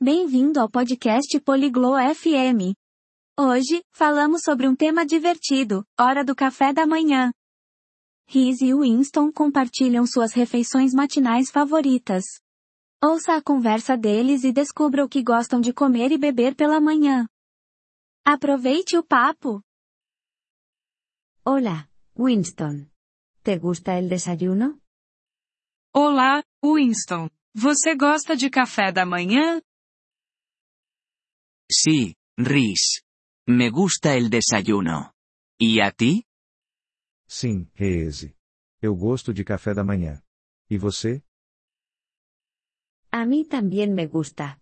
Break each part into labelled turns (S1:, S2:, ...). S1: Bem-vindo ao podcast Poliglo FM. Hoje, falamos sobre um tema divertido, hora do café da manhã. Riz e Winston compartilham suas refeições matinais favoritas. Ouça a conversa deles e descubra o que gostam de comer e beber pela manhã. Aproveite o papo!
S2: Hola, Winston. ¿Te gusta el desayuno?
S3: Olá, Winston. Você gosta de café da manhã?
S4: Sí, Riz. Me gusta el desayuno. ¿Y a ti?
S5: Sim, Reese. Eu gosto de café da manhã. E você?
S2: A mí también me gusta.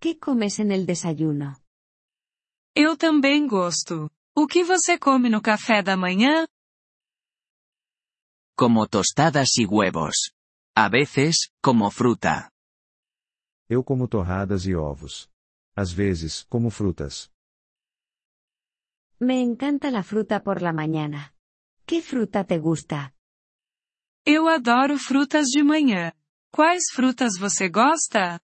S2: ¿Qué comes en el desayuno?
S3: Eu também gosto. O que você come no café da manhã?
S4: Como tostadas y huevos. A veces, como fruta.
S5: Eu como torradas e ovos. Às vezes, como frutas.
S2: Me encanta la fruta por la mañana. ¿Qué fruta te gusta?
S3: Eu adoro frutas de manhã. Quais frutas você gosta?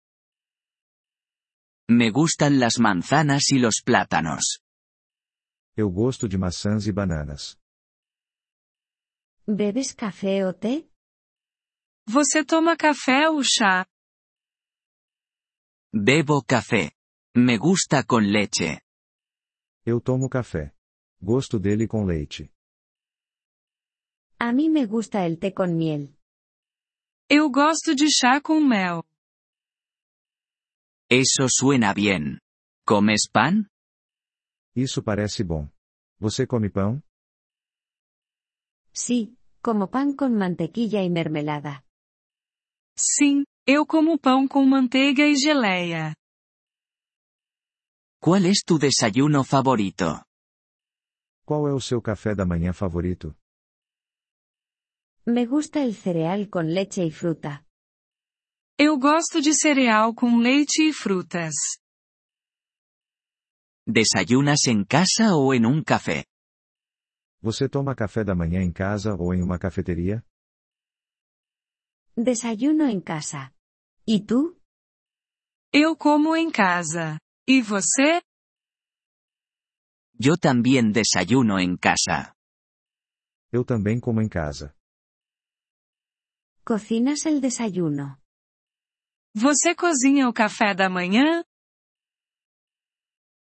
S4: Me gustan las manzanas y los plátanos.
S5: Eu gosto de maçãs e bananas.
S2: ¿Bebes café o té?
S3: Você toma café ou chá?
S4: Bebo café. Me gusta con leche.
S5: Eu tomo café. Gosto dele com leite.
S2: A mí me gusta el té con miel.
S3: Eu gosto de chá com mel.
S4: Eso suena bien. ¿Comes pan?
S5: Isso parece bom. Você come pão?
S2: Sí, como pan con mantequilla y mermelada.
S3: Sim, eu como pão com manteiga e geleia.
S4: ¿Cuál es tu desayuno favorito?
S5: Qual é o seu café da manhã favorito?
S2: Me gusta el cereal con leche y fruta.
S3: Eu gosto de cereal com leite e frutas.
S4: ¿Desayunas en casa o en un café?
S5: Você toma café da manhã em casa ou em uma cafeteria?
S2: Desayuno en casa. ¿Y tú?
S3: Eu como em casa. E você?
S4: Yo también desayuno en casa.
S5: Eu também como em casa.
S2: ¿Cocinas el desayuno?
S3: Você cozinha o café da manhã?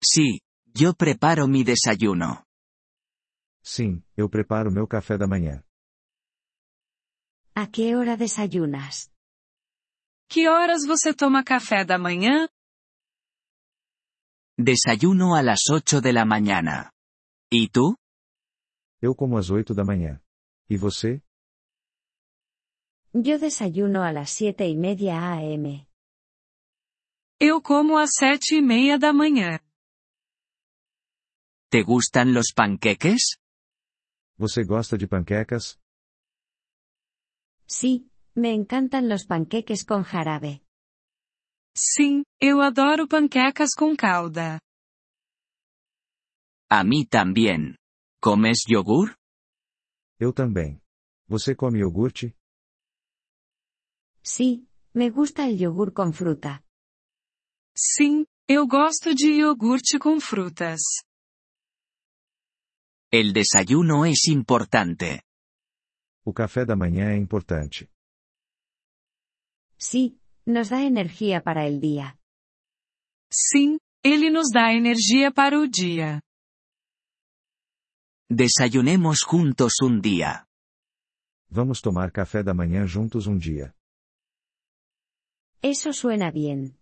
S4: Sí, yo preparo mi desayuno.
S5: Sim, eu preparo meu café da manhã.
S2: ¿A qué hora desayunas?
S3: Que horas você toma café da manhã?
S4: Desayuno a las 8 de la mañana. ¿Y tú?
S5: Eu como às oito da manhã. E você?
S2: Yo desayuno a las siete y media a.m.
S3: Eu como às sete e meia da manhã.
S4: ¿Te gustan los panqueques?
S5: Você gosta de panquecas?
S2: Sí, me encantan los panqueques con jarabe.
S3: Sim, eu adoro panquecas com calda.
S4: A mí también. ¿Comes yogur?
S5: Eu também. Você come iogurte?
S2: Sí, me gusta el yogur con fruta.
S3: Sim, eu gosto de iogurte com frutas.
S4: El desayuno es importante.
S5: O café da manhã é importante.
S2: Sí, nos da energía para el día.
S3: Sim, ele nos dá energia para o dia.
S4: Desayunemos juntos un día.
S5: Vamos tomar café da manhã juntos um dia.
S2: Eso suena bien.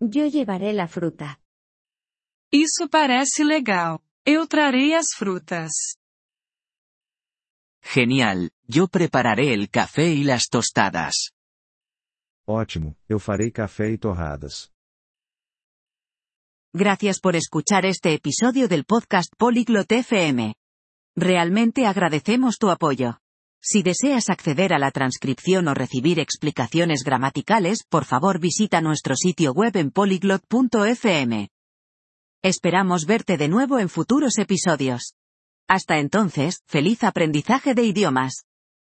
S2: Yo llevaré la fruta.
S3: Isso parece legal. Eu trarei as frutas.
S4: Genial, yo prepararé el café y las tostadas.
S5: Ótimo, eu farei café e torradas.
S6: Gracias por escuchar este episodio del podcast Polyglot FM. Realmente agradecemos tu apoyo. Si deseas acceder a la transcripción o recibir explicaciones gramaticales, por favor visita nuestro sitio web en polyglot.fm. Esperamos verte de nuevo en futuros episodios. Hasta entonces, feliz aprendizaje de idiomas.